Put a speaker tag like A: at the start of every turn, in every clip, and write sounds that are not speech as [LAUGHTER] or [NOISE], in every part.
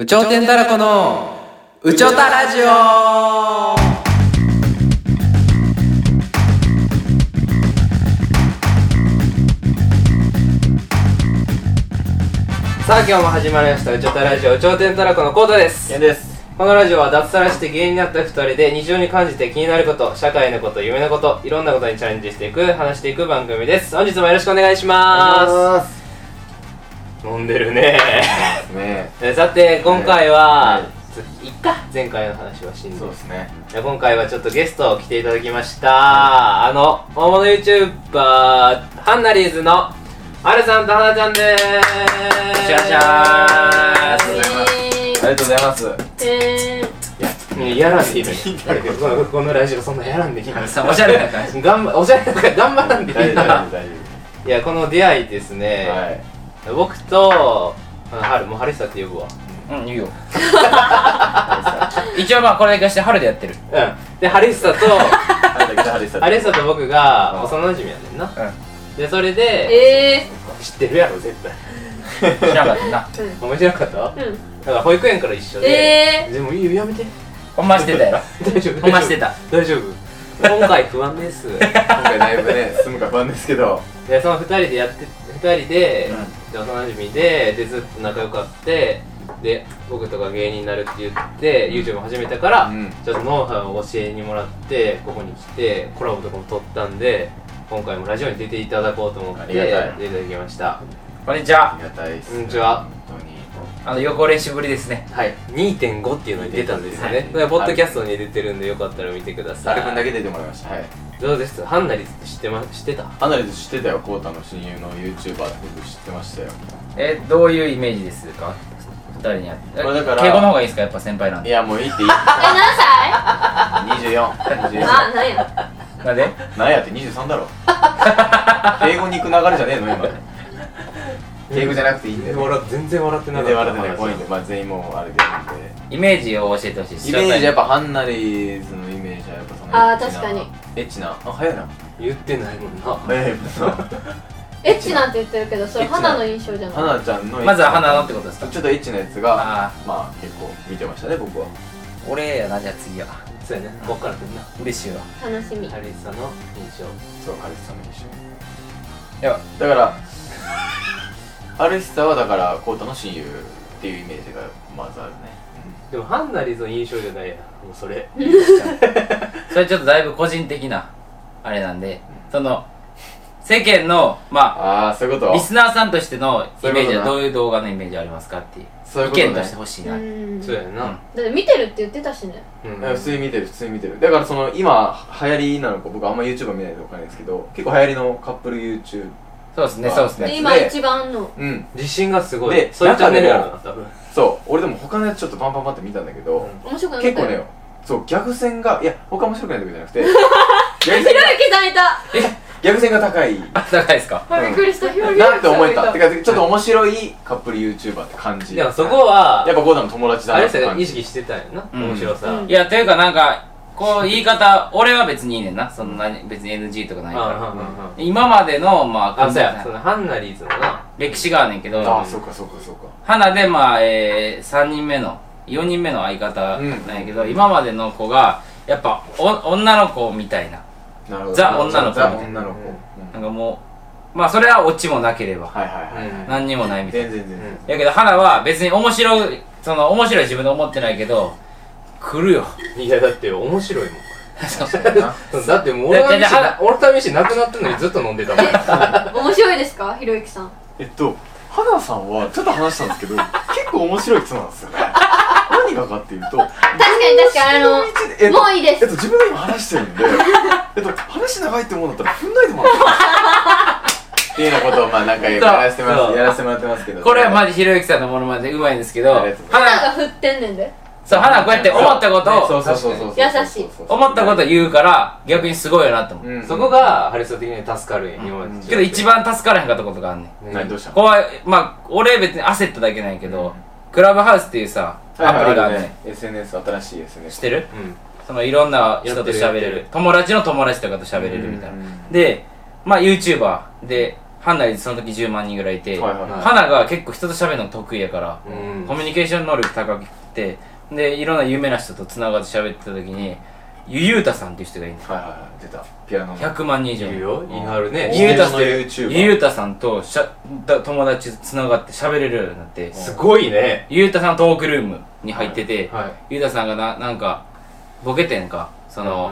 A: 宇頂天たらこの宇宙たラジオさあ今日も始まりました宇宙たラジオ宇宙天たらこのコードです
B: やです
A: このラジオは脱サラして芸人になった2人で日常に感じて気になること社会のこと夢のこといろんなことにチャレンジしていく話していく番組です本日もよろしくお願いします
B: あす
A: 飲んでるね
B: ね
A: えさて今回は、
B: はい
A: いっか前回の話はしんど
B: そうですね
A: じゃあ今回はちょっとゲストを来ていただきました、あの大物 YouTuber ハンナリーズのあるさんとはなちゃんでーす
B: しゃしゃ
C: えー
B: ありがとうございますありがとうございます
C: え
A: いややらんでいいのよこのこのラジオそんなやらんでいいのよ
D: さおしゃれな感じ
A: 頑張おしゃれだから頑張らんでいいのよ
B: 大丈夫大丈
A: いやこの出会いですね、
B: 夫はい
A: 僕とあの春もう春久って呼ぶわ
D: うん言うよ [LAUGHS] 一応まあこれだけはして春でやってる
A: うんで春久と
B: あれだけハリーさん
A: 春久と僕が
B: うん
A: 幼馴染やねんな
D: う
A: でそれ
C: ー、
A: で
C: え
A: 知ってるやろ絶対
D: ん知らなかったな
C: ー、うん
A: 面白かった
C: う
A: だか
C: ん
A: ら保育園から一緒で、
C: えー
A: でもいいよや
C: [LAUGHS]
A: めて
D: ほんましてたやろ
A: 大丈夫
D: ほんましてた
A: 大丈夫今回不安です
B: [LAUGHS] 今回だいぶね住むか不安ですけど
A: でその2人でやって2人で,、
D: う
A: で幼馴染ででずっと仲良かってで僕とか芸人になるって言って YouTube 始めたから、
B: うん
A: ちょっとノウハウを教えにもらってここに来てコラボとかも撮ったんで今回もラジオに出ていただこうと思っ
B: あ
A: て
B: り
A: 出
B: が
A: てい
B: たい
A: ただきました
D: こんにちは
B: ありがたいっす
A: こんにちは
B: 本当に
D: あの横練習ぶりですね
A: はい2.5っていうのに出たんですよね
B: 2.5
A: これポッドキャストに出てるんでよかったら見てください
B: 猿くんだけ出てもらいましたはい
A: どうですハンナリズって知ってま知ってた
B: アナリズ知ってたよコウタの親友の YouTuber って僕知ってましたよ
D: えどういうイメージですか二人にあって
B: これだから
D: 敬語の方がいいですかやっぱ先輩なん
B: い
D: で
B: やもういいっていい
C: え何歳あ
B: 2424
D: な
C: なんや
D: んで
B: なんやって23だろ敬語に行く流れじゃねえの [LAUGHS] 今敬語じゃなくていいんだよ
A: 笑全然笑ってな
B: 全
A: かった
B: 然笑ってない怖いんでまあ全員もうあれでいいんで
D: イメージを教えてほしいです
B: イメージやっぱハンナリーズのイメージはやっぱその
C: あ
B: エッ
C: ー
B: チな
C: 確かに
B: エッチなあ早いな
A: 言ってないもんな
B: 早い
C: [LAUGHS]
B: な
C: エッチなんて言ってるけどそれ
B: エッチな
C: 肌の印象じゃない
B: 花ちゃんの
D: まずは花のってことですか
B: ちょっとエッチなやつが
D: ああ
B: まあ結構見てましたね僕は
D: 俺やなじゃあ次は
A: そうやねこっから来んな
D: 嬉しいわ
C: 楽しみ
A: ハリーさんの印象
B: そうハリスさんの一緒
D: いや
B: だからハリスさんはだからコウタの親友っていうイメージがまずあるね
A: でもハンナリズの印象じゃないやもうそれ
D: それちょっとだいぶ個人的なあれなんでその世間のま
B: ああそういうこ
D: あ
B: と
D: リスナーさんとしてのイメージは
B: そ
D: ど
B: う
D: ういう動画のイメージありますかっていう
B: そういう
D: 意
B: ことね
D: 見としてほしいうな、
C: ん
A: そうや
D: う
A: なん
C: だって見てるって言ってたしね
A: うん
B: いや普通に見てる普通に見てるだからその今流行りなのか僕あんま YouTuber 見ないでわかんないですけど結構流行りのカップル YouTube
D: そうですね
B: まあ
D: そうです
B: ね
D: ね
C: で今一番の
B: うん
A: 自信がすごい
B: で
A: そういうチャンネルやろな多分
B: そう俺でも他のやつちょっとパンパンパンって見たんだけど、
C: 面白くなかった
B: 結構ね
C: よ
B: そう逆線がいや他面白くないとかじゃな
C: [LAUGHS]
B: くて
C: ひ
B: 逆
C: ろ
B: 線
C: ゆきさんいた
B: 逆線が高い
D: あったかいですか
B: うん
C: びっくりしたひろゆきさん
B: なって思えた
C: い
B: てかちょっと面白いカップル YouTuber って感じ
A: で
B: や
A: も
B: っ
A: そこは
B: ぱゴーダの友達だ
A: あ
B: な
A: れ
B: っ
A: さ
B: て感
A: 意
B: じ
A: 識してたんやな
D: うん
A: 面白さ
C: うん
D: いやというかなんかこう言い方俺は別にいいねんなそんなに別に NG とか
A: あ
D: ない
A: あ
D: か
A: あ
D: ら今までのまあ
A: ああそうやそのハンナリーズのな
D: 歴史があんねんけど
B: ああそうかそうかそうか
D: 花でまあ、えー、3人目の4人目の相方なんやけど、
B: うん
D: 今までの子がやっぱお女の子みたいな
B: なるほど
D: ザ女の子
B: ザ女の子、
A: うん
B: うん
D: なんかもうまあそれはオチもなければ
B: はいはいはい、
A: うん
D: 何にもないみたい
B: 全然全然、
A: うん
D: なやけど花は別に面白いその面白い自分で思ってないけど来るよ
A: いやだって面白いもん
B: 確かにな
A: だってもう俺
D: いやいや
A: は俺試しなくなったのにずっと飲んでたもん
C: 面白いですかひろゆきさん
B: えっと花さんはちょっと話したんですけ
C: [LAUGHS]
B: ど結構面白い人なんですよね何がかっていうと
C: 確かに確かにあの
B: えっと
C: もういいで
B: えっ
C: す
B: と、自分が今話してる
C: [LAUGHS]
B: んで、えっと、話長いって思うんだったら踏んないでもらっていいですか [LAUGHS] っていうようなことを、まあ、何回かやらせてま
D: そう
B: す、やらせてもらってますけど。
D: これはマ
B: ジ
D: ジひろゆきさんのものまでうまいんですけど
B: ありがとうござ
D: 花
C: 肌が振ってんねんで
D: そう花はこうやって思ったこと
B: そ
D: を
B: うそうそうそう。
C: 優しい
D: 思ったことを
B: う
D: 言うから逆にすごいよなって思う、
B: ん
A: そこ、がハリソン的に助かるんや今まで
D: けど一番助からへんかったことがあんねん
A: ね
B: 何どうした
D: ここはまあ俺別に焦っただけなんやけど、
B: うん
D: クラブハウスっていうさアプリがあ
B: る
D: るねん、
B: ね。SNS、新しい SNS。
D: 知ってる
A: うん
D: そのいろんな人と
A: やってるや
D: 喋れ
A: ってる
D: る友達の友達とかと喋れるみた
B: う
D: いな、
B: ん
D: でまあ YouTuber で花よりその時10万人ぐらいいて、
B: はいはい
A: はい
D: 花が結構人と喋るの得意やから、
A: うん
D: コミュニケーション能力高くてでいろんな有名な人とつながって喋ってた時にゆゆうたさんっていう人がいるん
B: はいはい出たピアノの
D: 100万人以上
A: いるよ言い張るね
D: ゆうた
B: 大物 YouTuber
D: ゆうたさんとしゃだ友達とつながって喋れるようになって
A: すごいね
D: ゆうたさんトークルームに入ってて、
A: はい
D: ゆうたさんがななんかボケてんかその、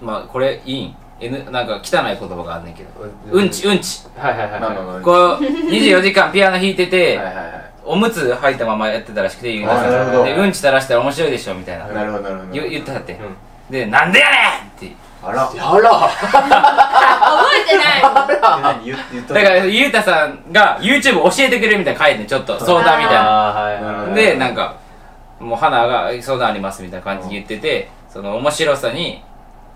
D: まあこれいいん N なんか汚い言葉があんねんけどうんちうんち
A: はいはいはい
B: まあまあまあ
D: こう24時間ピアノ弾いてて、
B: はいはいは
D: おむつ履いたままやってたらしくてゆうた
B: あなる
D: さ
B: ほど
D: んでうんち垂らしたら面白いでしょみたいない
B: なるほどなるほど
D: 言言ってたって、
A: うん
D: でなんでやねんって
B: あら
A: あら
C: 覚えてないもん
B: え何言言った
D: だからゆうたさんが YouTube 教えてくれるみたいな書いてんちょっと相談みたいな
A: あーはいはいはい
D: でなんかもう花が相談ありますみたいな感じで言ってて、その面白さに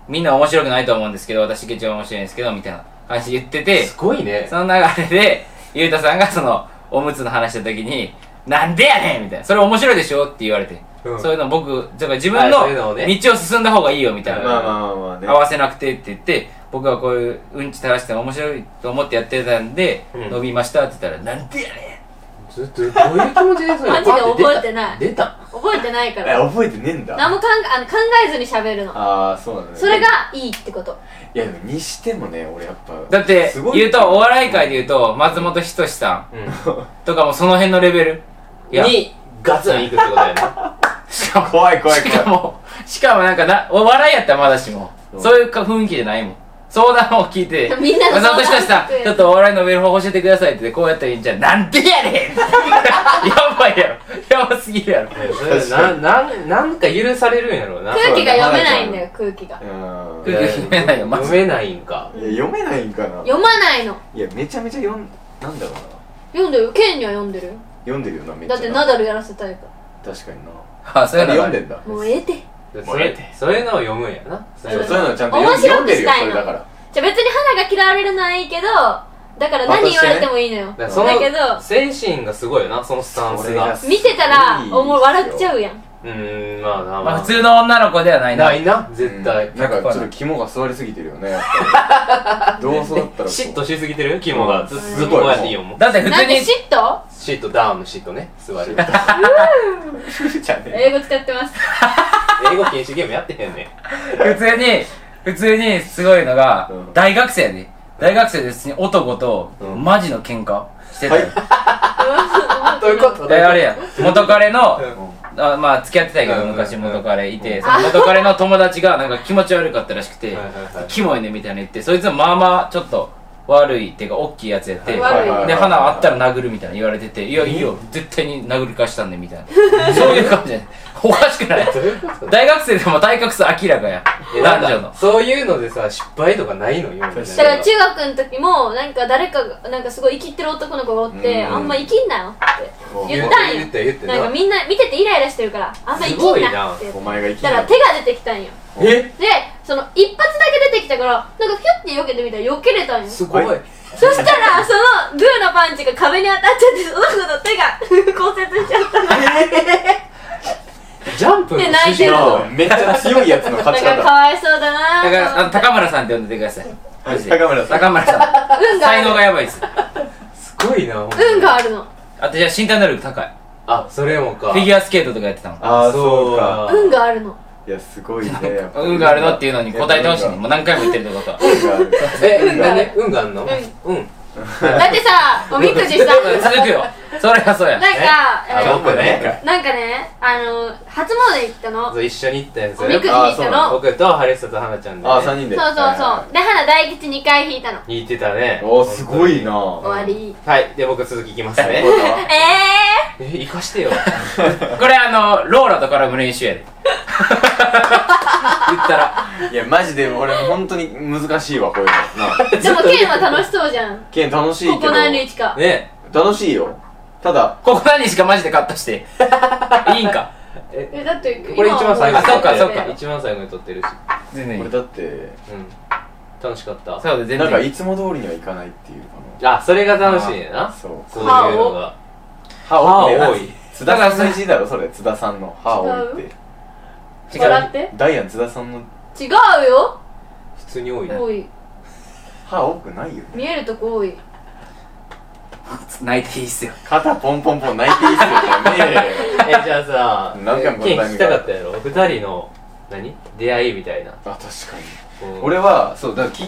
D: みんな面白くないと思うんですけど私が一番面白いんですけどみたいな感じで言ってて
A: すごいね
D: その流れでゆうたさんがそのおむつの話した時に「なんでやねん!」みたいな「それ面白いでしょ?」って言われて、
A: うん
D: そういうの僕だから自
A: は
D: 分
A: いそういうのを
D: の
A: ね
D: 道を進んだ方がいいよみたいな、
B: まあまあまあまあね
D: 合わせなくてって言って僕はこういううんち垂らして面白いと思ってやってたんで、
A: うん
D: 伸びましたって言ったら「なんでやね
A: ずっとどういう気持ちでそれ
C: マジで覚えてない
A: 出た
C: 覚えてないか
B: え
C: ら
B: 覚えてねえんだ
C: 何も考えあの考えずに喋るの
B: ああそうなんだね
C: それがいいってこと
B: いやでもにしてもね俺やっぱ
D: だって
B: すごい
D: 言うとお笑い界で言うと松本人志さ
A: 出
D: んとかもその辺のレベルい
A: た
D: や
A: うんにガツンいくってことやね
D: しかも
B: 怖い怖い
D: しか
B: 怖い
D: もしかもなんかなお笑いやったらまだしも
B: そう
D: そういうか雰囲気じゃないもん相談を聞いて
C: みんなの
D: 松本人志さ
C: 相談聞
D: ん
C: く
D: ちょっとお笑いのメール法教えてくださいって言ってこうやったらいいんじゃんなんでやねんやばいやろやばすぎるやろ
A: それななんなんか許されるんやろうな
C: 空気が読めないんだよ空気が
B: うん
D: いや読めないよマジ
A: 読めないんか
B: いや読めないんかな
C: 読まないの
B: いやめちゃめちゃ読んなんだろうな
C: 読んでるケンには読んでるよ
B: 読んでるよなめっちゃ
C: だってナダルやらせたいか
B: 確かにな
D: あそういうのがあ
B: 読ん
D: る
B: でんだ
C: らもうええて
A: それそういうのを読むんやな
B: そ
A: そうれ
B: そう
A: は
B: いうのちゃんと読んで読んでるよ
C: 面白くしたい
B: そ
C: の
B: れだから
C: じゃあ別に花が嫌われるのはいいけどだから
B: まあ
C: 何言われてもいいのよ、
A: だからそ
C: だけ
A: の
C: ど
A: 精神がすごいよなそのスタンスが
B: それ
C: 見てたら
B: すごい
C: おも笑っちゃうやん
A: うーんまあな
D: まあ普通の女の子ではないな
A: ないな絶対
B: うんなんかちょっと肝が座りすぎてるよねやっ
D: [LAUGHS]
B: ぱりどうそうだったら
A: 嫉妬しすぎてる肝がずずっとこうやっていいよもう
D: だって普
C: な
D: 通
C: んで
D: に
C: 嫉妬
A: シートダウンのシートね座る
B: じゃね
C: 英語使っ
A: [LAUGHS]
C: てます
A: 英語禁止ゲームやってへんねん
D: 普通に普通にすごいのが、
B: うん
D: 大学生やで大学生で普通に男と、
B: うん
D: マジの喧嘩してたよ、
A: どういうこと
D: えあれや元彼の、
A: うん
D: あまあ付き合ってたんやけど
A: うん
D: 昔元彼いて、
A: うん
D: その元彼の友達がなんか気持ち悪かったらしくて、
A: はいはいはい
D: キモいねみたいな言ってそいつはまあまあちょっと悪いっていうか大きいやつやって、
C: はい悪い
D: で花あったら殴るみたいな言われてて「いやいいよ絶対に殴り返したんで」みたいなそういう感じやねおかしくない
A: どういうこと
D: 大学生でも体格差明らかや
A: えなんか
D: 男女の
A: そういうのでさ失敗とかないのよ
B: 確
C: だから中学の時もなんか誰かがなんかすごい生きってる男の子がおって
B: うん
C: あんま生きんなよって言ったん
A: 言っ
C: よ
A: て言って
C: なんか
A: な
C: みんな見ててイライラしてるからあんま生きんなって
B: お前が生き
C: だ
B: て
C: から
B: る
C: 手が出てきたんよ
A: え
C: でその一発だけ出てきたからなんかヒュッて避けてみたら避けれたんよ
A: すごい
B: はい
C: そしたらそのグーのパンチが壁に当たっちゃってその子の手が骨折しちゃったのなん
A: ジャンプの主人
C: 手
A: 公
B: めっちゃ強いやつの勝ち
C: かか
B: 方
C: わいそうだ
D: だか
C: な
D: ら
C: と
D: あ
C: 思
D: の
C: って
D: 高村さんって呼んでてくださいマジで
B: 高村さん
D: 高村
C: [LAUGHS]
D: さ
C: 運
D: ん
C: があ
D: 才
C: る
D: 能がやばいです
A: すごいなほんまに
C: 運があるの
D: あとじゃあ身体能力高い
A: あそれも
D: フ
A: か
D: ィギュアスケートとかやってたもん
B: ああそうか
C: 運があるの
B: いやすごいねやっぱ
D: 運があるのっていうのに答えてほしいねもう何回も言ってるってことは
B: 運がある
A: えなんで運があんのうん
C: だってさおみくじさ
D: [LAUGHS] 続くよそれがそうや
C: [LAUGHS] なんか
A: あ
C: あの
A: 僕ね
C: なんかねあの初詣行ったの
A: そう一緒に行ったやつ
C: おみくじ
B: あ
C: 行っ
B: そう
C: た
B: な
C: の
A: 僕とハリスと花ちゃんで、ね、
B: ああ三人
C: そ
B: で
C: うそうそうで花大吉2回引いたの
A: 言ってたね
B: おすごいな
C: 終わり
A: はいで僕続きいきますね
C: ええ
A: え行かしてよ
D: これあのローラと絡む練習やで言ったら
B: いやマジで俺本当に難しいわこういうのな
C: ー、でもケンは楽しそうじゃん
B: ケン楽しい
C: こ
B: け
C: こ
B: ど
C: 何日か
A: ね
B: 楽しいよただ
D: ここ何日かマジでカットして [LAUGHS] いいんか
C: えだって
A: これ一番最後
D: あそっかそっか
A: 一番最後に撮ってるし
D: 全然い
B: 俺
D: い
B: だって
A: うん楽しかった
D: そうで全
B: なんか
D: 然いい
B: いつも通りにはいかないっていうか
A: あそれが楽しいねんな
B: なそう
A: そういうのが
B: 歯
A: 歯
B: ね
A: 多い
B: 津田さんの字だろそれ津田さんの歯多いって
D: 違う
C: 笑って
B: ダイアン津田さんの
C: 違うよ
A: 普通に多い
C: おい
B: 歯多くないよね
C: 見えるとこ多い
D: 泣いていいっすよ。
B: 肩ポンポンポン泣いていいっすよじゃねえよ
A: えじゃあさ
B: 何回も
A: ケン聞きたかったやろ二人の何出会いみたいな
B: あ確かに
A: こう
B: 俺はそうだからキ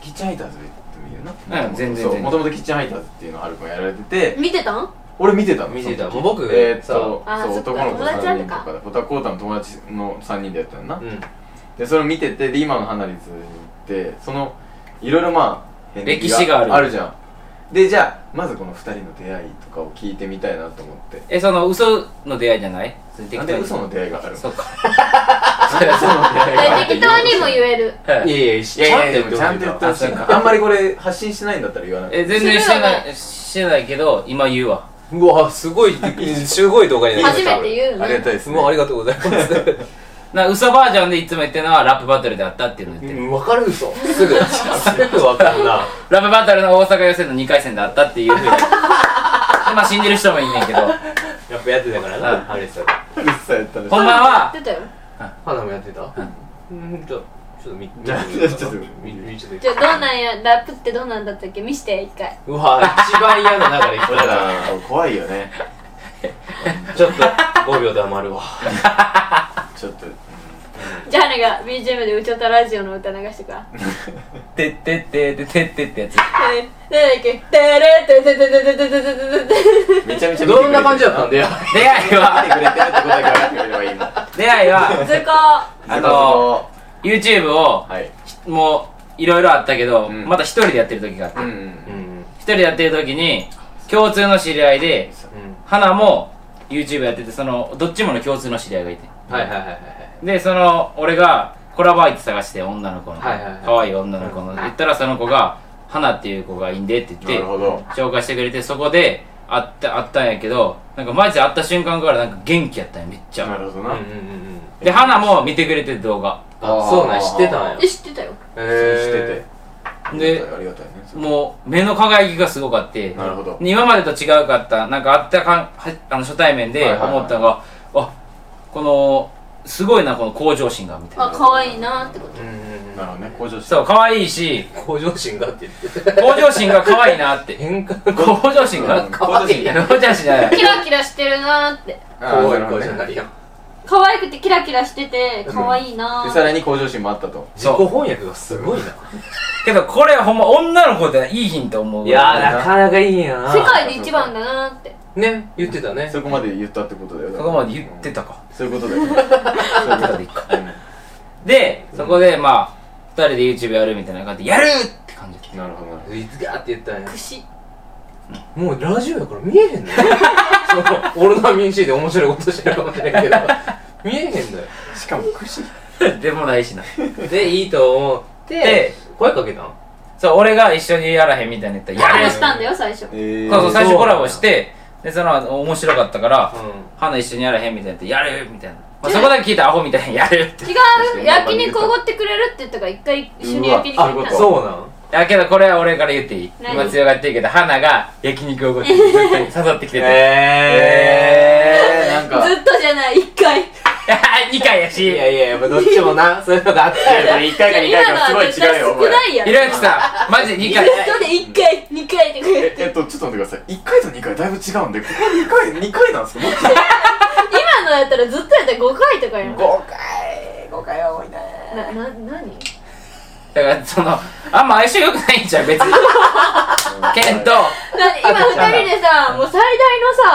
B: キッチンハイターズでもいいよな
D: うん全然全然
B: もともとキッチンハイターズっていうのをハルくんやられてて
C: 見てたん
B: 俺見てたの
A: 見てた
B: その時
A: もう僕
B: えーっ
A: さ
B: と
C: あ
B: そう
C: そっか
B: 男の子
C: 友達な
B: 3
C: ん
B: 人と
C: か
B: かでポタコータの友達の3人でやったのな、
A: うん
B: でそれを見ててで今の花率に行ってそのいろいろまあ
D: 歴史がある
B: あるじゃんでじゃあまずこの2人の出会いとかを聞いてみたいなと思って
D: え、その、嘘の出会いじゃないそれ適
B: なん
D: 当に
B: で嘘の出会いがあるの
D: [LAUGHS] そうか。
B: 嘘の出会いがある
C: 適当にも言える
D: はい
A: やいやいや
B: いやいやでもちゃんと言ってほしい
D: あそう
B: なあんまりこれ発信しないんだったら言わない
D: え、全然してない、してないけど、今言うわ。
A: うわす [LAUGHS] ごいすごい動画になりま
C: 初
A: した
C: めて言うの
B: ありがたいで
C: ね
B: すね
A: もうありがとうございます
D: な、嘘バージョンでいつも言ってるのはラップバトルであったっていうのを言ってる。
A: わかる嘘すぐすぐわかるな
D: ラップバトルの大阪予選の2回戦であったっ
B: [LAUGHS]
D: ていうふうに。今死んでる人もいんねんけど、
A: [LAUGHS] やっぱやってたから
D: うん
A: なハリスさん
B: うるさいやったら
D: ほんまは、
C: 出たよ
A: 花もやってたうんちょちょっと見
B: じゃあ
A: 見て
B: ちょっと
A: 見見見ちょっと
C: じゃあどうなんやラップってどうなんだったっけ見して一回
A: うわ一番嫌な流れ来
B: 俺
A: た
B: ら怖いよね
A: ちょっと5秒で余 [LAUGHS] るわ
B: ちょっと
C: じゃあなんか BGM で「うちょたラジオ」の歌流してくわ
D: てってってってってってってやつ。
C: え誰だっけ「テレテテテテテテテテテテ
B: めちゃめちゃ見てくれてる
A: どんな感じだったんだよ
D: 出会い
B: 見てく
D: は、
B: れてるってことだけ分かってくれればいいの
D: 出会いは、
C: 図工
D: あの YouTube を、
B: はい
D: もう、いろいろあったけど、
B: うん
D: また一人でやってる時があって
B: う。ん
A: うんうん
D: 一人でやってる時に、共通の知り合いで、花も YouTube やっててそのどっちもの共通の知り合いがいて
A: はいはいはいはい
D: でその俺がコラボ相手探して女の子の、
A: はいはいはい
D: 可愛い女の子の言ったらその子が「花っていう子がいいんで」って言
B: なるほ
D: って
B: ど
D: 紹介してくれてそこで会った会ったんやけどなんかマジで会った瞬間からなんか元気やったんやめっち
B: な
D: ゃ
B: るほ
A: う
B: ど
A: んう
B: なん
A: うんうん
D: で花も見てくれて動画
A: あそうなん知ってたんや
C: え知ってたよ
B: してて
D: で
B: ありがたいねそれ
D: もう目の輝きがすごかって
B: なるほど
D: 今までと違うかったなんかあったかんはあの初対面で
B: はいはいはい
D: 思ったのが、あこのすごいなこの向上心がみたいな
C: あ可愛いなってこと
A: うんうん
B: なるほどね向上して
D: そう可愛いし
A: 向上心がって言って
D: 向上心が可愛いなって
A: 変換
D: 向上心が
B: うん
D: 向
A: 可愛い
B: 向上心
D: 上心じゃない
C: キラキラしてるなって
B: あー
A: こうい
B: なる
A: う
B: ほ
A: 子
B: ど
A: じゃ
B: ね
A: ないよ
C: 可愛くてキラキラしてて可愛いな
B: で
C: ー
B: さらに向上心もあったと
A: 自己翻訳がすごいな
D: けどこれほんま女の子でいいヒント思うい
A: いやーなかなかいいよな
C: 世界で一番だなーって
A: ね言ってたね
B: そこまで言ったってことだよ
D: そこまで言ってたか、
B: そういうことだよ [LAUGHS] そういうこと
D: でいいか
B: う
D: でそこでまあ2人で YouTube やるみたいな感じでやるって感じ
B: んなるほどなる
A: いつかって言ったんや
C: 串
A: もうラジオやから見えへんのよ [LAUGHS] そのオルナミン C で面白いことしてるかもしれんけど見えへんのよ
B: ほどしかも串
D: [LAUGHS] でもないしな
A: でいいと思って
D: で
A: 声かけたん
D: そう俺が一緒にやらへんみたいな言ったらやる
C: コラボしたんだよ最初
B: え
D: そうそう、最初
A: そう
D: コラボして、で、その、面白かったから、
A: う
D: 花一緒にやらへんみたいなって、やるみたいな。まあ、そこだけ聞いたらアホみたいにやる [LAUGHS] って。
C: 違う焼肉おごってくれるって言ったから一回一緒に焼肉
B: うわ
C: 行っ
A: ん
C: た
B: そ
C: の
A: そうなん
D: だけど、これは俺から言っていい
C: 何
D: 今強がってるけど、花が焼肉をごってずっと誘ってきて
B: え
D: て。 [LAUGHS]
B: えーなんか
C: ずっとじゃない一回
D: 2回やし、
A: い
D: ひ
A: やいややっぱどっちも
C: [LAUGHS]
A: なそういうのがあって
B: 1回か2回かすごい
C: 絶対
B: 違うよ
C: 少
B: これ
C: ないや
D: ろ
C: ん
D: ゆきさん、マジで2回。
C: 人で一回二回とか言っ
B: え
C: て
B: えっとちょっと待ってください1回と2回だいぶ違うんでここ2回2回なんですかもっと
C: 今のやったらずっとやったら5回とかやん
B: 5回5回は多いな
C: な、な、なに
D: だから、その、あんま相性良くないんじゃん、別
A: [LAUGHS]
D: に。ケンと、
C: な今二人でさ、もう最大の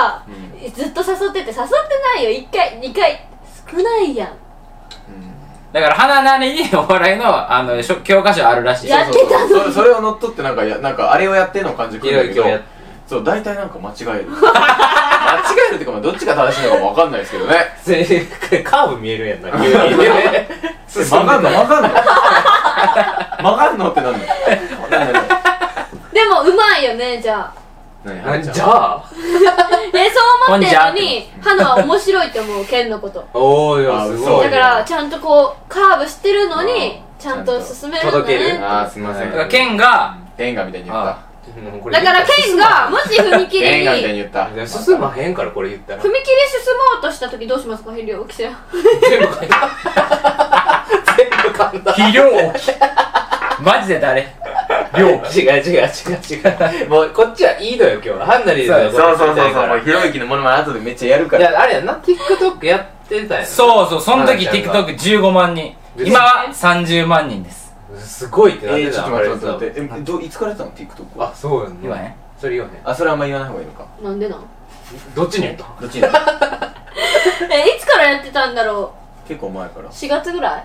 C: さ
B: う、
C: ずっと誘ってて、誘ってないよ、一回、二回、少ないやん。
D: だから、花なりにお笑いの、あの、しょ教科書あるらしい。
C: やってたの
B: それそれを乗っ取ってなんかやなんかあれをやってんの感じくるんだけど
A: いやいや
B: そう大体なんか間違える間違えるっていうかまあどっちが正しいのかもわかんないですけどね
A: カーブ見える [LAUGHS] やんな急に
B: 曲がんの曲がんの曲がんのってなんだよなんだよ
C: でも、うまいよね、じゃあ。
B: 何
A: な
B: 花
A: ん
B: ちゃん
A: じゃあ
C: え、そう思ってるのに、ハノは面白いと思う、ケンのこと。
A: おおいや
B: あ
A: す
B: 嘘
A: ごい
C: だから、ちゃんとこう、カーブしてるのに、
B: うん
C: ちゃんと進めるんだ
A: 届ける
C: ね。
B: あーすいません
D: だから、ケンが、
B: 映画みたいに言っ
D: あ
B: た
A: もうこれ
C: だから、ケンが、もし踏切に、
B: 映画みたいに
C: 踏
B: 言った
A: いや進まへんからこれ言ったら
C: 切り進もうとした時どうしますか、ヘリオ、起きせよ。
A: 全部簡単全部簡単
D: 肥料マジで誰量
A: 違う違う違う違う。もうこっちはいいのよ、今日は。ハンナリーズの
B: そうそうそう
A: こ
B: そう
A: と
B: も
A: やりた
B: う
A: い
B: ひろゆきのものまね後でめっちゃやる
A: か
B: か
A: ら
B: ら
A: いや、あれやんな、TikTok やってたやん。
D: そうそう、その時
A: あなたが
D: TikTok15 万人。
A: です
D: 今は30万人です。
A: すごいって
B: え
A: なって
B: ー、ちょ
A: た
B: っと待って待って待ってえどいつからやったの TikTok は
A: あ、そうやん
D: 言わへん
A: それ言わへん。
B: あそれあんま言わない方がいいのか
C: なんでなん
A: どっちにやった
B: ど
A: [LAUGHS]
B: っちに結
C: えいつからやってたんだろ
B: 構前から
C: う4月ぐらい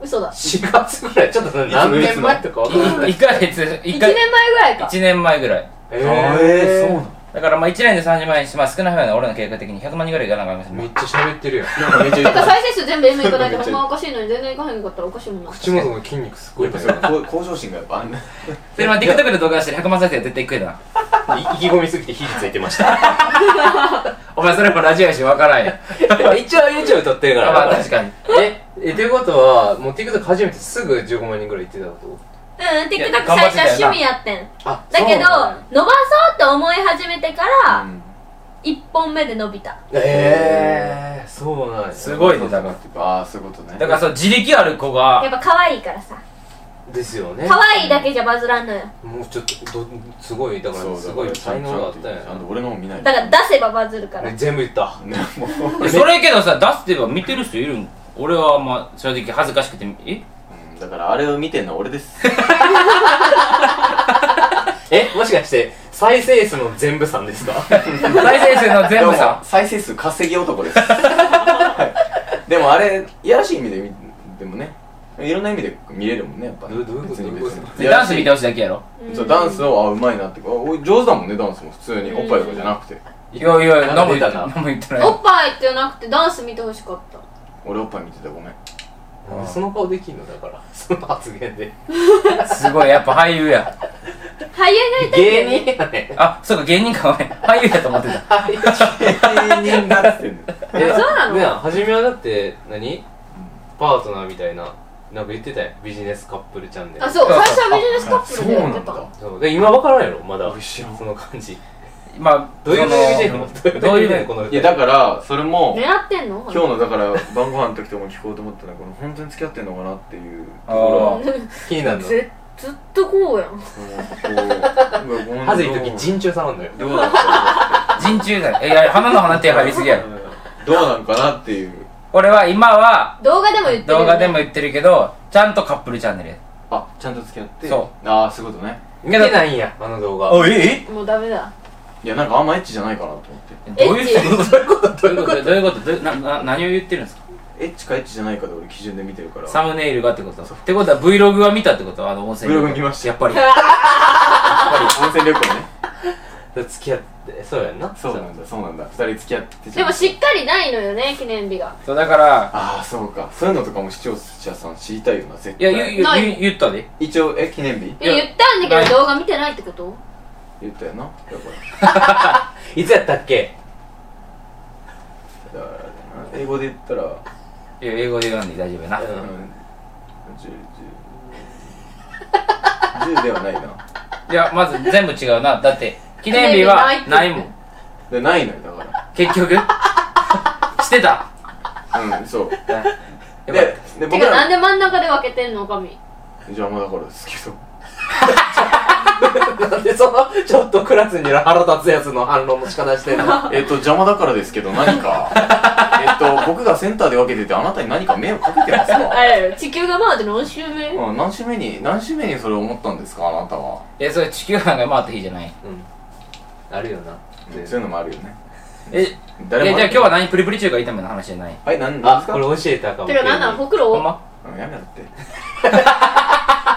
C: 嘘だ
A: ?4 月ぐらい。ちょっと何年前とかわかんない。
D: 1ヶ月、
C: 1
D: 一回、
C: 年前ぐらいか
D: 1年前ぐらい。
A: え
B: えーそうな
D: だからまあ1年で30万人して、まあ少ない方やな、俺の計画的に100万人ぐらいいかなあかんかもしれな
A: め
D: い
A: っちゃ喋ってるやん。
B: なんかめっちゃ言
C: だ
B: っ
C: か
B: た
C: ら再生数全部 M いかないとほんまおかしいのに全然いかへんかったらおかしいもんな
A: 口元の筋肉すご
B: や
A: い
B: っ
A: ん
B: ぱ
A: だ
B: それ
A: よ。 [LAUGHS]
B: 向向上心がやっぱあんね
D: それまあ TikTok で動画出して100万再生は絶対食えたな。
A: 意気込みすぎて火ついてました。
D: お前それもラジオやし分からんやん。
A: 一応 YouTube 撮ってるから。
D: まあ確かに。
A: え、え、ということは、もう TikTok 始めてすぐ15万人ぐらい行ってたこ
C: うん
D: いや
C: TikTok
D: 頑張
C: 最
D: って
C: 初
D: たよな
C: は趣味やってん
A: とあ
C: だけど
A: そう
C: 伸ばそうと思い始めてから1本目で伸びた
A: ええー、そうなんや。
D: すごいねだから
B: らああそういうことね
D: だからそう、自力ある子が
C: やっ、ぱ可愛いからさ
A: ですよね。
C: 可愛いだけじゃバズらんのよ
A: もうちょっと、ど、すごい、だから、
B: そう
A: すごい才能があったんや
B: ちゃんと俺のも見ない
C: だから出せばバズるから
A: ね全部言った。
B: ねもう
D: えそれけどさ、出すってば見てる人いるん俺はまあ正直恥ずかしくて、
B: う
D: え
B: んだからあれを見てんのは俺です
A: [LAUGHS] え、もしかして、再生数も全部さんです [LAUGHS] か
D: 再生数の全部
B: どうも
D: さ、
B: 再生数稼ぎ男ですはいでもあれいやらしい意味で見でもねいろんな意味で見れるもんねやっぱね
A: どどういうこと
B: 別に
A: どういうこと
B: 別に
D: ダンス見てほしいだけやろ。
C: うん
B: そうダンスをあうまいなってあおい上手だもんねダンスも普通におっぱいとかじゃなくて
D: いやいや、何も言って
A: な
D: なんい。何も言ってない。
C: おっぱいってなくてダンス見てほしかった
B: 俺おっぱい見てたごめん
A: なんでその顔できんのだから、その発言で。
D: すごい、やっぱ俳優や。
C: 俳優になりたいんだよね
A: 芸人や [LAUGHS] ね。
D: あ、そうか、芸人か、俺。俳優やと思ってた。
B: 芸人だっつってんの
A: そう
C: なの
A: ね初めはだって、何パートナーみたいな、なんか言ってたやん。ビジネスカップルチャンネル。
C: あそう最初はビジネスカップルでやって
B: そうなん
C: た
A: そう。で、今わからんやろ、まだ。
B: 俺知らん
A: その感じ。
D: まあ、
A: どういう意味で
D: そ
A: の
D: のどういう意味
A: この
B: いやだからそれも
C: 狙ってんの
B: 今日のだから晩ご飯の時とかも聞こうと思ったのはこの本当に付き合ってんのかなっていうところは
D: あ
A: 気になるの
C: ずずっとこうやん
A: はずい時陣中さまんだよ
B: どうなんか
D: あ、人中だよ。いや、花の花って入りすぎやろ。
B: どうなんかなっていう
D: 俺は今は、
C: 動画でも言ってるよね
D: 動画でも言ってるけど、ちゃんとカップルチャンネルや。
B: あちゃんと付き合って
D: そ
B: ああそういうことね
A: 見てないんやあの動画
D: お、え
C: もうダメだ
B: いやなんかあんまエッチじゃないかなと思って
D: どういうこと
A: そういうこと
D: どういうことどういうことどうなな何を言ってるんですか
B: エッチかエッチじゃないかで俺基準で見てるから
D: サムネイルがってことってことは Vlog は見たってことあの音声
B: Vlog 見ました
D: やっ
B: [LAUGHS]
D: ぱり。
B: 温泉旅行ね
A: 付き合ってそうやんな
B: そうなんだそうなんだ二人付き合って
C: でもしっかりないのよね記念日が
D: そう、だから、
B: ああそうかそういうのとかも視聴者さん知りたいよな絶
D: いや、
B: 対
D: ゆ、ゆ、
C: ない
D: ゆ言ったで。
B: 一応え記念日
D: いや
C: 言ったんだ
D: ない
C: けど動画見てないってこと
B: 言った
D: [LAUGHS]
B: よなだか
A: いつやったっけ [LAUGHS]
B: らだから英語で言ったら
D: いや、英語で言わんで大丈夫やな。
A: うん
B: 1010ではないない
D: や、まず全部違うな。だって、記念日は
C: 記念日
D: な
C: ないいって
D: もん。
B: でないのよだか
D: 結
C: [LAUGHS]
D: 局してた。
B: らうんそう
D: [LAUGHS] や
B: で
D: ばい
B: で
C: て
B: 僕
C: かな
B: ら
C: んで真ん中で分けてんの女将
B: 邪魔だからですけど
A: なんでそのちょっとクラスにいる腹立つやつの反論の仕方してんの
B: えっと邪魔だからですけど何
D: [LAUGHS]
B: かえっと僕がセンターで分けててあなたに何か迷惑かけてます
C: [LAUGHS] あ
B: か
C: れ地球が回って何周目
B: うん何週目に何週目にそれ思ったんですかあなたは
D: え、それ地球班が回った日じゃない。
A: うんあるよな
B: うんそういうのもあるよね
D: え、えじゃあ
B: 誰も
D: 今日は何プリプリ中華炒めの話じゃない。
B: はい何何で
A: あ
B: すか
A: これ教えたかも
C: てかなんなんほくろ
D: ほん
C: を
D: ま
B: うんやめろって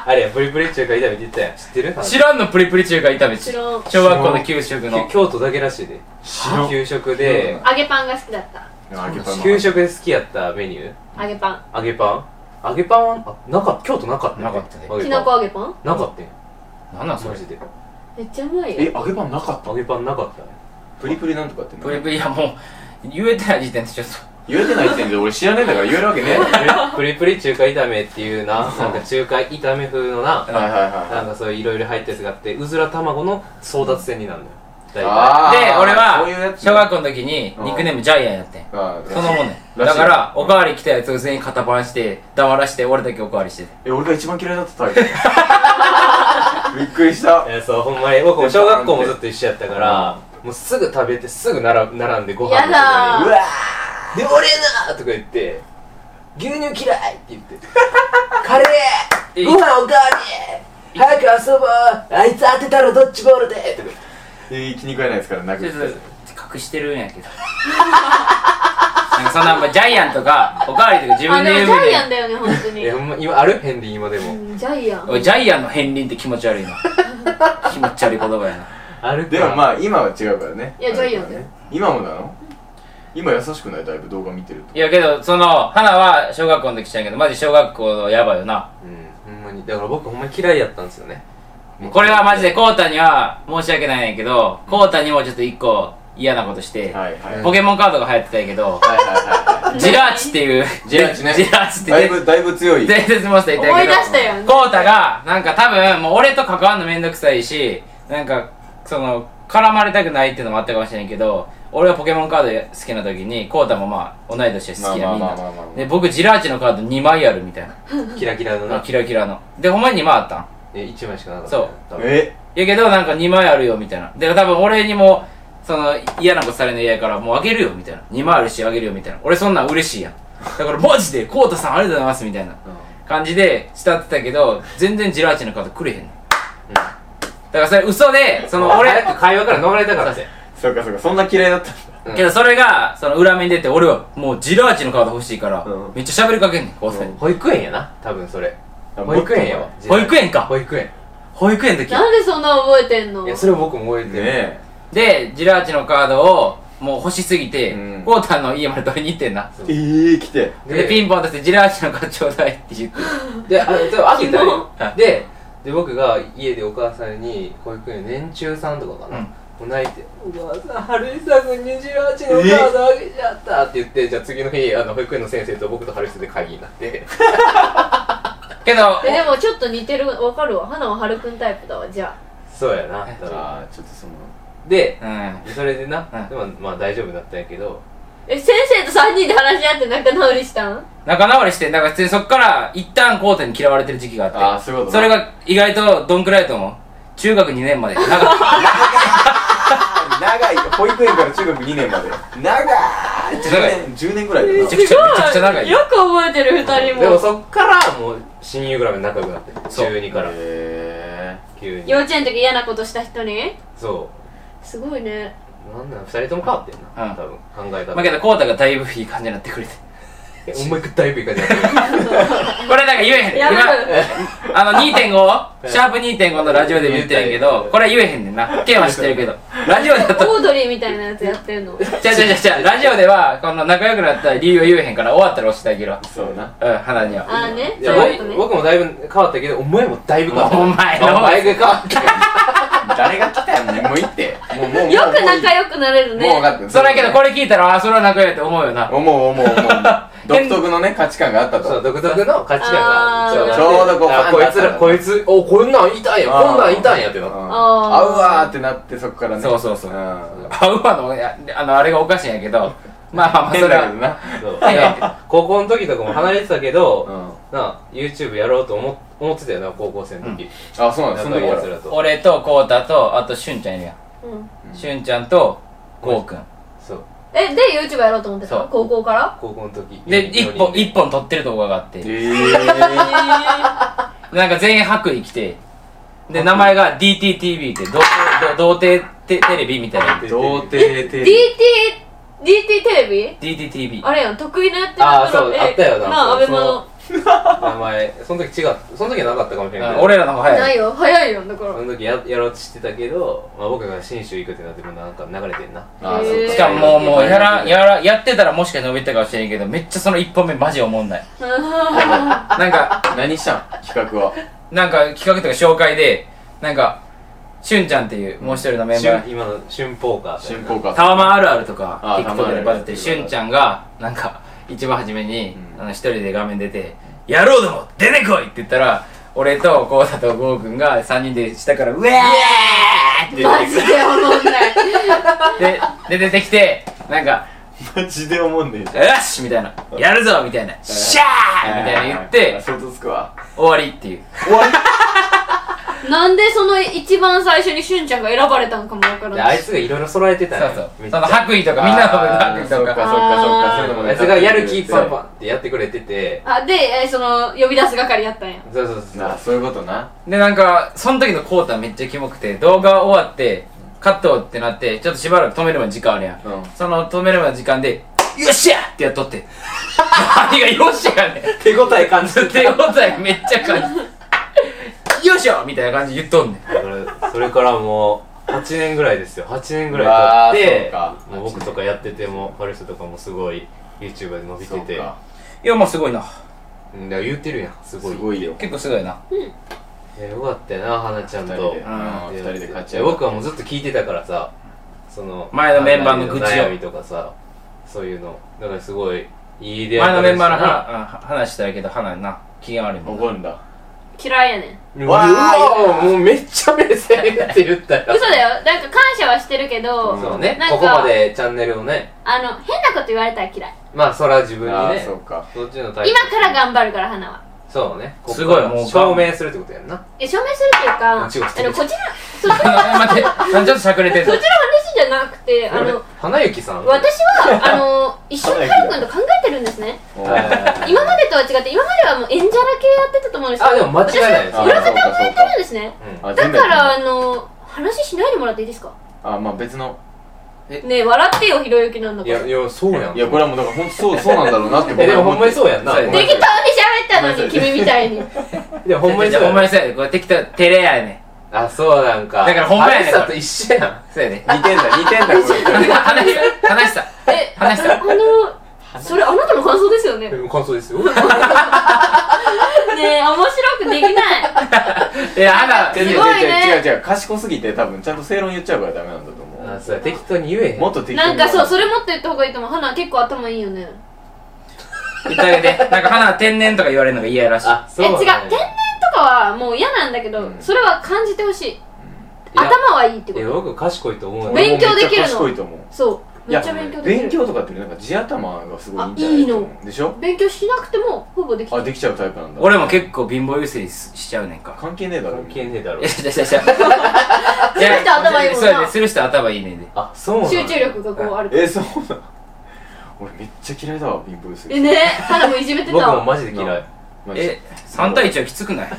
A: あれやブリブリ中華炒めって言ったやん知ってる
D: 知らんのプリプリ中華炒め。
C: 知らん
D: 小学校の給食
A: き
D: の。
A: 京都だけらしいで
B: 白
A: 給食で
C: 揚げパンが好きだった
A: 給食で好きやったメニュー
C: 揚げパン
A: 揚げパン揚げパンはあなか京都なかったよ
D: なかったね
A: 揚げパン
C: きのこ揚げパン
A: なかったよ
D: なんなんそ
A: マ
D: れ
A: ジ。で
C: めっちゃうまい
B: え
C: よ
B: 揚げパンなかった
A: 揚げパンなかったね
B: プリプリなんとかって
D: プリ
B: 何
D: プリ、いやもう、言えてない時点でちょっ
B: 言えてない時点で俺知らねえんだから言えるわけねえはい
A: プリ [LAUGHS] プリ中華炒めっていうななんか中華炒め風のな
B: はいはい
A: なんかそういういろいろ入ったやつがあってうずら卵の争奪戦になるのよ大
D: と。
B: あ
D: で、
B: ー
D: 俺
B: そういうや
D: は、
B: つ
D: 小学校の時にニックネームジャイアンやってん。
B: あー
D: そのもんね。
B: らしい
D: だから、おかわり来たやつを全員肩パンして、だわらして、俺だけおかわりしてて。
B: え俺が一番嫌いだったタイプ [LAUGHS] びっくりした
A: いやそうほんまに僕も小学校もずっと一緒やったからもうすぐ食べてすぐ並並んでご飯
C: や
A: の
C: だー
A: 時にうわーで俺なーとか言って牛乳嫌いって言って [LAUGHS] カレーご飯おかわり早く遊ぼうあいつ当てたらドッジボールでとか言って
B: えー気に食えないですからなく
D: ちょっと隠してるんやけど [LAUGHS] なんかそんなやっぱジャイアンとかおかわりとか自
C: あ
D: 分
C: で
D: で言
C: も
D: うみ
C: ジ
D: た
C: ャイア
D: い
C: ン
D: な
C: だよね本当
A: え
C: に
A: ほんま今ある変で今でも
C: うんジャイアン
D: おいジャイアンの片鱗って気持ち悪いな気持ち悪い言葉やな
A: ある
B: でも
A: あ
B: まあ今は違うからね
C: いやジャイアンだよ
B: 今もなの今優しくないだいぶ動画見てると
D: いやけどその花は小学校の時ちゃうけどマジ小学校やばいよな
A: うんほんまにだから僕ほんまに嫌いやったんですよね
D: これはマジでコウタには申し訳ないんやけどコウタにもちょっと一個嫌なことして、
B: はいはいはいはい
D: ポケモンカードが流行ってたんやけど
B: は
D: ジラーチっていう
B: い [LAUGHS] ジェラチね
D: ジラーチって
B: だいぶだいぶ強い
D: 伝説モンスターいたんや
C: 思
D: け
C: い
D: ど
C: 出したよね
D: コウタがなんか多分もう俺と関わるのめんどくさいしなんかその絡まれたくないっていうのもあったかもしれんけど俺はポケモンカード好きな時にコウタもまあ同い年で好きやみん
B: まあまあまあまあまあま
D: な
B: あ
D: で僕ジラーチのカード2枚あるみたいな
A: キラキラのな
D: キラキラのでほんまに2枚あったん
A: え1枚しかなかった
D: そう
A: 多分
B: え
D: やけどなんか2枚あるよみたいなで多分俺にもその嫌なことされるの嫌やからもうあげるよみたいな2枚あるしあげるよみたいな俺そんなん嬉しいやんだからマジでコウタさんありがとうございますみたいな感じで慕ってたけど全然ジラーチのカードくれへんの、だからそれ嘘でその
A: 俺
D: 俺
A: 早く会話から逃れたからって
B: そうかそうかそんな嫌いだったんだ
A: うん
D: けどそれがその裏目に出て俺はもうジラーチのカード欲しいから、
B: うん
D: めっちゃ喋りかけんねんこうさんに
A: 保育園やな多分それ
B: あ
A: 保育園やわ
D: 保育園か
A: 保育園
D: 保育園の時
C: なんでそんな覚えてんの
A: いやそれ僕も覚えて
B: ね
A: る、
B: え
D: でジラーチのカードをもう欲しすぎて、
B: うん
D: コウタの家まで取りに行ってんな
B: えー来て
D: で
A: で
D: ピンポン出してジラーチのカードちょうだいって言って
A: であであげたらいいよ
D: キモ
A: でで僕が家でお母さんに保育園年中さんとかかな、
D: うん
A: もう泣いて「お母さん春久くん28のカードあげちゃった」って言ってじゃあ次の日あの保育園の先生と僕と春久で会議になって
D: けど
C: えでもちょっと似てるわかるわ花は春くんタイプだわじゃ
A: [LAUGHS] そうやなだから
B: ああちょっとその
A: で
D: うん
A: それでな、
D: うん
A: でもまあ大丈夫だったんやけど
C: あえ先生と3人で話し合って仲直りしたん
D: 仲直りして、なんか普通にそっから一旦コータに嫌われてる時期があって。
B: あーそういうこと
D: それが意外とどんくらいだと思う中学2年まで。なんか、
B: 長いよ保育園から中学2年まで長い
D: 長い
B: 10年10年ぐらいだ
D: め
B: な
D: ちゃくちゃ、めちゃくちゃ長い。
C: よく覚えてる2人
A: でも
C: も
A: そっからもう親友ぐらいまで仲良くなって
D: そう
A: 中二から
B: へ
A: 急に
C: 幼稚園の時嫌なことした人に
A: そ
C: すごいね
A: うなんなん二人とも変わってんな、
D: うん
A: 多分考え方
D: まあけどコータがだいぶいい感じになってくれて。
A: お前だいぶいい感じだった
D: これなんか言え [LAUGHS] へんねん。
C: やばい
D: 今、あの2.5、シャープ2.5のラジオでも言ってるけど、これは言えへんねんな。ケンは知ってるけど。ラジオだと、
C: オードリーみたいなやつやってんの
D: ちゃうちゃうちゃうちゃう、ラジオでは、この仲良くなった理由を言えへんから、終わったら押してあげろ。
B: ーそうな
D: うん、花には。
C: ああね
A: い
C: そ
A: や
C: ういうこと
A: 僕
C: ね
A: 僕もだいぶ変わったけどお前もだいぶ変わった
D: お前の
A: お前が変わった
B: 誰が来たんねもう行ってもうもうもう
C: よく仲良くなれる
B: もう分
C: ね
B: かってる
D: それやけど、これ聞いたら、ああ、それは仲良いって思うよな。
B: 思う思う思う独特のね価値観があった
A: そう
B: と
A: 独特の価値観が
C: あー
A: ちょ
B: ちょうどこう
A: あこいつらこいつおこんなんいたんやこんなんいたんやって
B: な
A: な
C: あ
B: 合
C: ー
B: うわーってなってそこからね
D: そうそうそうんあウーバーのやあのあれがおかしいんやけどまあまあまあそ
B: 変
D: れ
B: だけど
D: は
B: な
A: そうだから高校の時とかも離れてたけど、
B: うん
A: な YouTube やろうと思思ってたよな高校生の時、
B: あそうなん
A: 仲
B: だそ
A: ん、
B: の時
A: や
B: か
A: つら
B: ら
A: と
D: 俺とコウタとあとしゅんちゃんいるやん
C: うん
D: しゅんちゃんとこうくん
A: そう
C: えで YouTuber やろうと思って
D: そ
C: た
D: う
C: の高校から
A: 高校の時
D: で一本一本撮ってるとこがあっ
B: え
D: て
B: ー
D: なんか全員白衣着てで名前が DTTV って童貞童貞テテレビみたいな
B: 童貞
C: [LAUGHS]
B: テ
C: DT
B: レビ
C: DT テレビ
D: DTTV
C: あれやん得意なやって
A: あーそうあったよな
C: な
A: そう
C: アベマの
A: 名前その時違うその時はなかったかもしれないけど
D: 俺らの方が
C: な
D: 早い
C: いよ早いよ
A: [LAUGHS]
C: だから
A: その時ややろうとしてたけど、まあ、僕が信州行くってなってもなんか流れてんな
B: あー
C: へ
B: そ
C: ー
B: っ
D: しかももうもうやらやらやってたらもしかして伸びてたかもしれんけどめっちゃその一本目マジおもんないなん
B: か
D: か
B: 何したん企画は
D: なんか企画とか紹介でなんかしゅんちゃんっていうもう一人のメンバ
A: 春
D: ー
A: 今の春ポーカー
B: 新ポーカー
D: タワマンあるあるとか
B: あータワマンある
D: TikTok
B: あ
D: で
B: る
D: バズってるしゅんちゃんがなんか一番初めに、
B: うん
D: あの一人で画面出て「やろうども出てこい!」って言ったら俺とこうだとゴーくんが3人で下から「うえー!」って
C: マジで思んない
D: でで出てきてなんか
B: マジで思んねえ
D: 「よし!」みたいな「やるぞ!」みたいな「シャー!」みたいな言って
B: 想像つくわ
D: 終わりっていう
B: 終わ
C: なんでその一番最初にしゅんちゃんが選ばれたんかもわから
A: であ
C: ない
A: いつがいろいろ揃えてた
D: そう
A: ね
D: そう
A: めっち
D: そ
A: ゃ
D: の白衣とかみんなの白衣
B: そ
D: と
B: っかそっかそっ
D: か
B: かそういうのも
A: あいつがやる気パンパンってやってくれてて
C: あで、えーその呼び出す係やったんや
A: そうそうそう
B: なあそういうことな
D: でなんかその時のコータめっちゃキモくて動画終わってカットってなってちょっとしばらく止めるまで時間あるやん、
B: うん
D: その止めるまで時間で「よっしゃ!」ってやっとって何が「よっしゃ!」やねん
A: 手応え感じて
D: 手応えめっちゃ感じよいしょみたいな感じで言っとんねん
A: だからそれからもう8年ぐらいですよ8年ぐ
B: うわ
A: ら
B: ー
A: い経って
B: そうか
A: もう僕とかやっててもハル人とかもすごい YouTuber で伸びてて
B: そうか
D: いやもうすごいな
A: うんだから言ってるやんすごい
B: すごいよ
D: 結構すごいな
A: えよかったよな花ちゃん
B: 二人
A: と
B: でうん二人で勝ち合う
A: 僕はもうずっと聞いてたからさその
D: 前のメンバーの愚痴を
A: 悩みとかさそういうのだからすごいいい出会い
D: 前のメンバーの
A: 話
D: 話うん話したけど花な機嫌悪いもんな
B: 怒るんだ
C: 嫌いやねん
A: う
B: わ
A: わ
B: ー
A: ーもうめっちゃ目線って言ったよ
C: 嘘だよなんか感謝はしてるけど、
B: ん
A: そうね
C: なんか
A: ここまでチャンネルをね
C: あの変なこと言われたら嫌い
A: まあそれは自分
B: あ
A: に
B: あ
A: ね
B: そうか
A: どっちのタイプ
C: 今から頑張るから花は
A: そうね
D: すごいもう
A: 証明するってことやんな
C: え証明するっていうかあの
A: 違
C: こ
A: う
C: ちら
A: 違う
C: そっ
A: [LAUGHS]
C: ちの
D: 待ってちょっとしゃくれてる
C: そっちの話じゃなくてあの
A: 花雪さん
C: 私
A: [LAUGHS]
C: はあの一緒にハルくんと考えてるんですね
B: お
A: はい
B: ー
C: 今までとは違って今まではもう演者だけやってたと思うんですけ
A: あ
C: ど
A: でも間違いないです
B: あ
A: よ
B: ー
A: 裏
B: そう
A: 方
B: かそう
C: やって
B: か
C: るんですね
A: うん
B: あ
C: だ
B: 全部
C: か
B: やってんの
C: らあの話しないでもらっていいですか
B: あまあ別の
C: ねえ笑ってよひろゆきなんだ
A: い
C: から
A: やいやそうやん
B: いやこれはもうだから本当そうそうなんだろうなって僕
A: えでも
B: は
A: ほんまに
B: 思っ
A: そ
B: て
A: うやんな
D: そうや
A: で
D: ね
C: 適当に喋ったのに君みたいに
A: もほんまに
D: じ
A: そ
D: ゃ
A: うや
D: あほんま
A: ん
D: にそうやでこれ適当照れやね
A: あそうなんか
D: だからほんまやね
A: あれさと一緒やん
D: んそうやね
B: 似てんだ似てんだこれ
D: 話した話した
C: え
D: 話した
C: あのそれあなたの感想ですよねね
A: 感想ですよ
C: え面白くできない
D: いや花
B: 違う
C: す
B: 違う
C: ごいね
B: 違う違う違う賢すぎて多分ちゃんと正論言っちゃうからダメなんだと
A: あ
B: 思
A: そうや適当に言えへ
B: うんもっと適当
C: な
B: に
C: んかそうそれもっと言った方がいいと思う花結構頭いいよね
D: 言ってあげてなんか花は天然とか言われるのが嫌やらしい
A: あ
C: え
A: そ
C: 違う
A: う
C: 天
A: なんや
C: 然とかはもう嫌なんだけど、
B: うん
C: それは感じてほしい
A: や
C: 頭はいいってこ
A: いや
C: と
A: 僕賢いと思うよ
C: め勉強できる
B: 俺もめっ
C: の
B: ちゃ賢いと思う
C: そう
B: い
C: め
B: や
C: っちゃ勉強できる
B: 勉強とかってなんか地頭がすごいいいんじゃないと思う
C: あ
B: でしょ
C: 勉強しなくてもほぼできた
B: あできちゃうタイプなんだ
D: 俺も結構貧乏ゆすりしちゃうねんか
B: 関係ねえだろ
A: 関係ねえだろ
D: いやいやいやいや
C: する人頭いいもんな
D: そうやねする人頭いいねんで
A: あそうなんや
C: 集中力がこうあるから
B: えそうなの俺めっちゃ嫌いだわ貧乏ゆす
C: え
B: り
C: ね花もいじめてた
A: 僕
C: わ
A: もマジで嫌い
B: マジで
D: え3対1はきつくない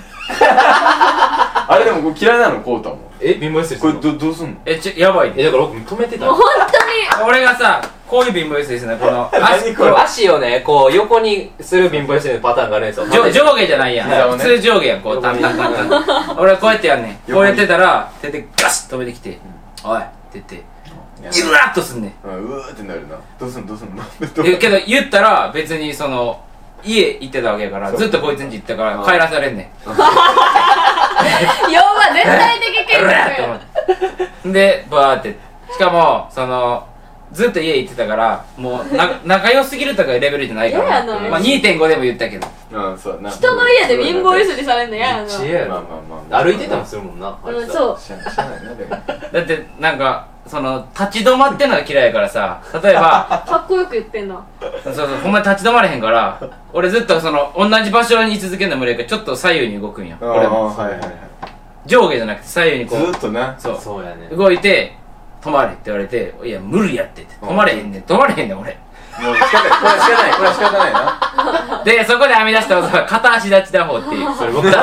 B: あれでもこれ嫌いなのこうたも
A: え貧乏ゆすりす
B: こ
A: る
B: れ
A: の
B: どどうすんの
D: えちょやばいね
A: えだから僕止めてた
C: もう本当
D: 俺がさこういう貧乏ゆすりするねこの
B: 何これ
A: 足をねこう横にする貧乏ゆすりのパターンがあるんですよ
D: 上上下じゃないやん、
B: 膝をね
D: 普通上下やんこうタンタンタンタン俺はこうやってやんねんこうやってたら手でガシッ止めてきて「おい」って言ってギュワッとすんねん
B: うんうわーってなるなどうすんのどうすんのどう [LAUGHS]
D: えけど言ったら別にその家行ってたわけやから
B: そう
D: ずっとこいつんち行ったから帰らされんねん
C: に要は絶対的権
D: うらっ
C: 力
D: と
C: よ
D: 思ってでバーってしかもそのずっと家行ってたからもうな [LAUGHS] 仲良すぎるとかいうレベルじゃないか
C: 嫌
D: ら、
C: やな
D: まあ、2.5でも言ったけど
B: うんそうだな
C: 人の家で貧乏ゆす
B: り
C: りされるの嫌やな
A: めっちゃ嫌や
B: まあ
A: な
B: まあまあまあ
A: [LAUGHS] 歩いててもするもんなあ
C: う
A: い
C: ん
A: つ
C: そう
B: しゃしゃあないな
A: [LAUGHS]
B: でも
D: だってなんかその立ち止まってんのが嫌いやからさ例え [LAUGHS] ば
C: かっこよく言ってんな
D: そうそうほんまに立ち止まれへんから俺ずっとその同じ場所に居続けるの無理やからちょっと左右に動くんや
B: あー
D: 俺も
B: はいはいはい
D: 上下じゃなくて左右に
B: ず
D: こう
B: ーっとな
D: そう
A: そうやね
D: 動いて止まれって言われていや無理やってって止まれへんねん止まれへんねん俺
B: もう仕方ないこれは仕方ないこれは仕方ないな
D: でそこで編み出した技は片足立ち打法って [LAUGHS] いう
A: それ僕マジで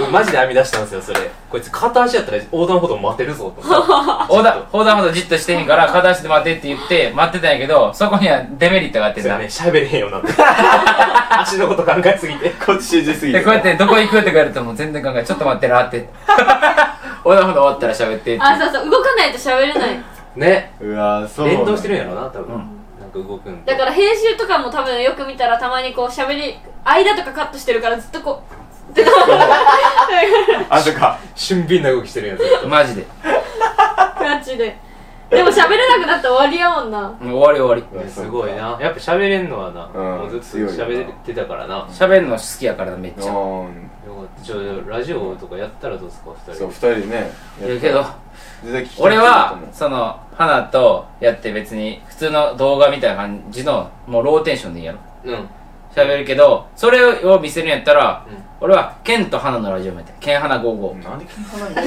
A: 僕マジで編み出したんですよそれこいつ片足やったら横断歩道待てるぞ
C: [LAUGHS]
A: と思って
D: 横断横断歩道じっとしてへんから片足で待てって言って待ってたんやけどそこにはデメリットがあって
A: そう
D: さ
A: やね喋れへんよう
B: [LAUGHS]
A: になって足のこと考えすぎて
B: こっち集中しすぎ
D: でこうやってどこ行くって言われても全然考えちょっと待ってなって [LAUGHS] 横断歩道終わったら喋ってって
C: あそうそう動かないと喋れない
A: ね
B: うわーそう
A: 連動してるんやろな多分、
D: うん
A: なんか動くん
C: だから編集とかも多分よく見たらたまにこう喋り間とかカットしてるからずっとこうってな
B: あそっ [LAUGHS] か
A: 俊敏な動きしてるやんずっと
D: マジで
C: ガチででも喋れなくなったら終わりやもんな
D: もう終わり終わ
B: うわ
A: ねすごいなやっぱ喋れんのはな、
B: うん
A: もうずっと喋ってたからなよ
D: り喋るの好きやからめっちゃ
B: うん
A: かったちょラジオとかやったらどうですか二
B: そう
A: 人
B: 二人でね
D: いやけど
B: 絶対聞きたい
D: 俺
B: と
D: は
B: 思う
D: その花とやって別に普通の動画みたいな感じのもうローテンションでいいやろ
A: うん
D: 喋るけど、それを見せるんやったら、
A: うん
D: 俺は、ケンと花のラジオもやって、ケン花55。
B: 何で金払い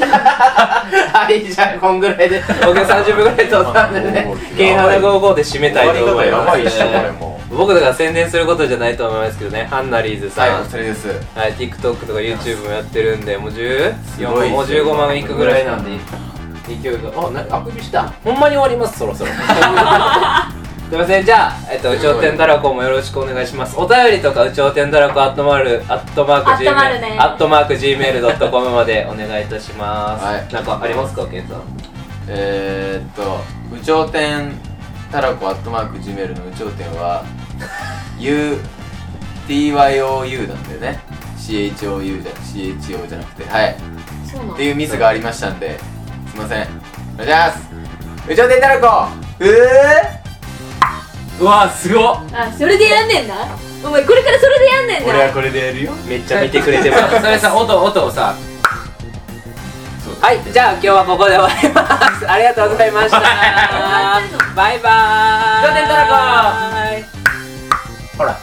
A: はい、じゃあ、こんぐらい
B: [LAUGHS]
A: で、僕30分ぐらい撮ったんでね、剣花55で締めたいと思います。
B: 終わり方やばいっしょこれも
A: 僕だから宣伝することじゃないと思いますけどね、ハンナリーズさん、
B: はい、お疲れです。
A: はい、TikTok とか YouTube もやってるんで、もう14
B: ごい
A: もう15万いくぐらいなんで、勢いが、あ、なあくびした。ほんまに終わります、そ [LAUGHS] ろそろ。すいません、じゃあ、えっと、うちょうてんたらこもよろしくお願いします。お便りとか、うちょうてんたらこ、アットマール、アットマーク
C: アットマールね
A: Gmail、アットマーク Gmail.com までお願いいたします。
B: はい
A: なんかありますか、ケンさん。
B: えー、っと、宇頂天たらこアットマークジメルの宇頂天は、U、TYOU なんだよね。CHOU じゃ、CHO じゃなくて、はい。
C: そうなの
B: っていうミスがありましたんで、すいません。ありがとうございます。宇頂天たらこう
D: うわー、すごっ
C: あそれでやんねんなお前これからそれでやんねん
B: ー俺は
C: な
B: これでやるよ。
A: めっちゃ見てくれてま
D: [LAUGHS] そ
A: す。
D: それさ、音、音をさ、
A: はい、じゃあ今日はここで終わります。ありがとうございました。バイバーイ。
D: 上天たら
A: こ
D: ほら。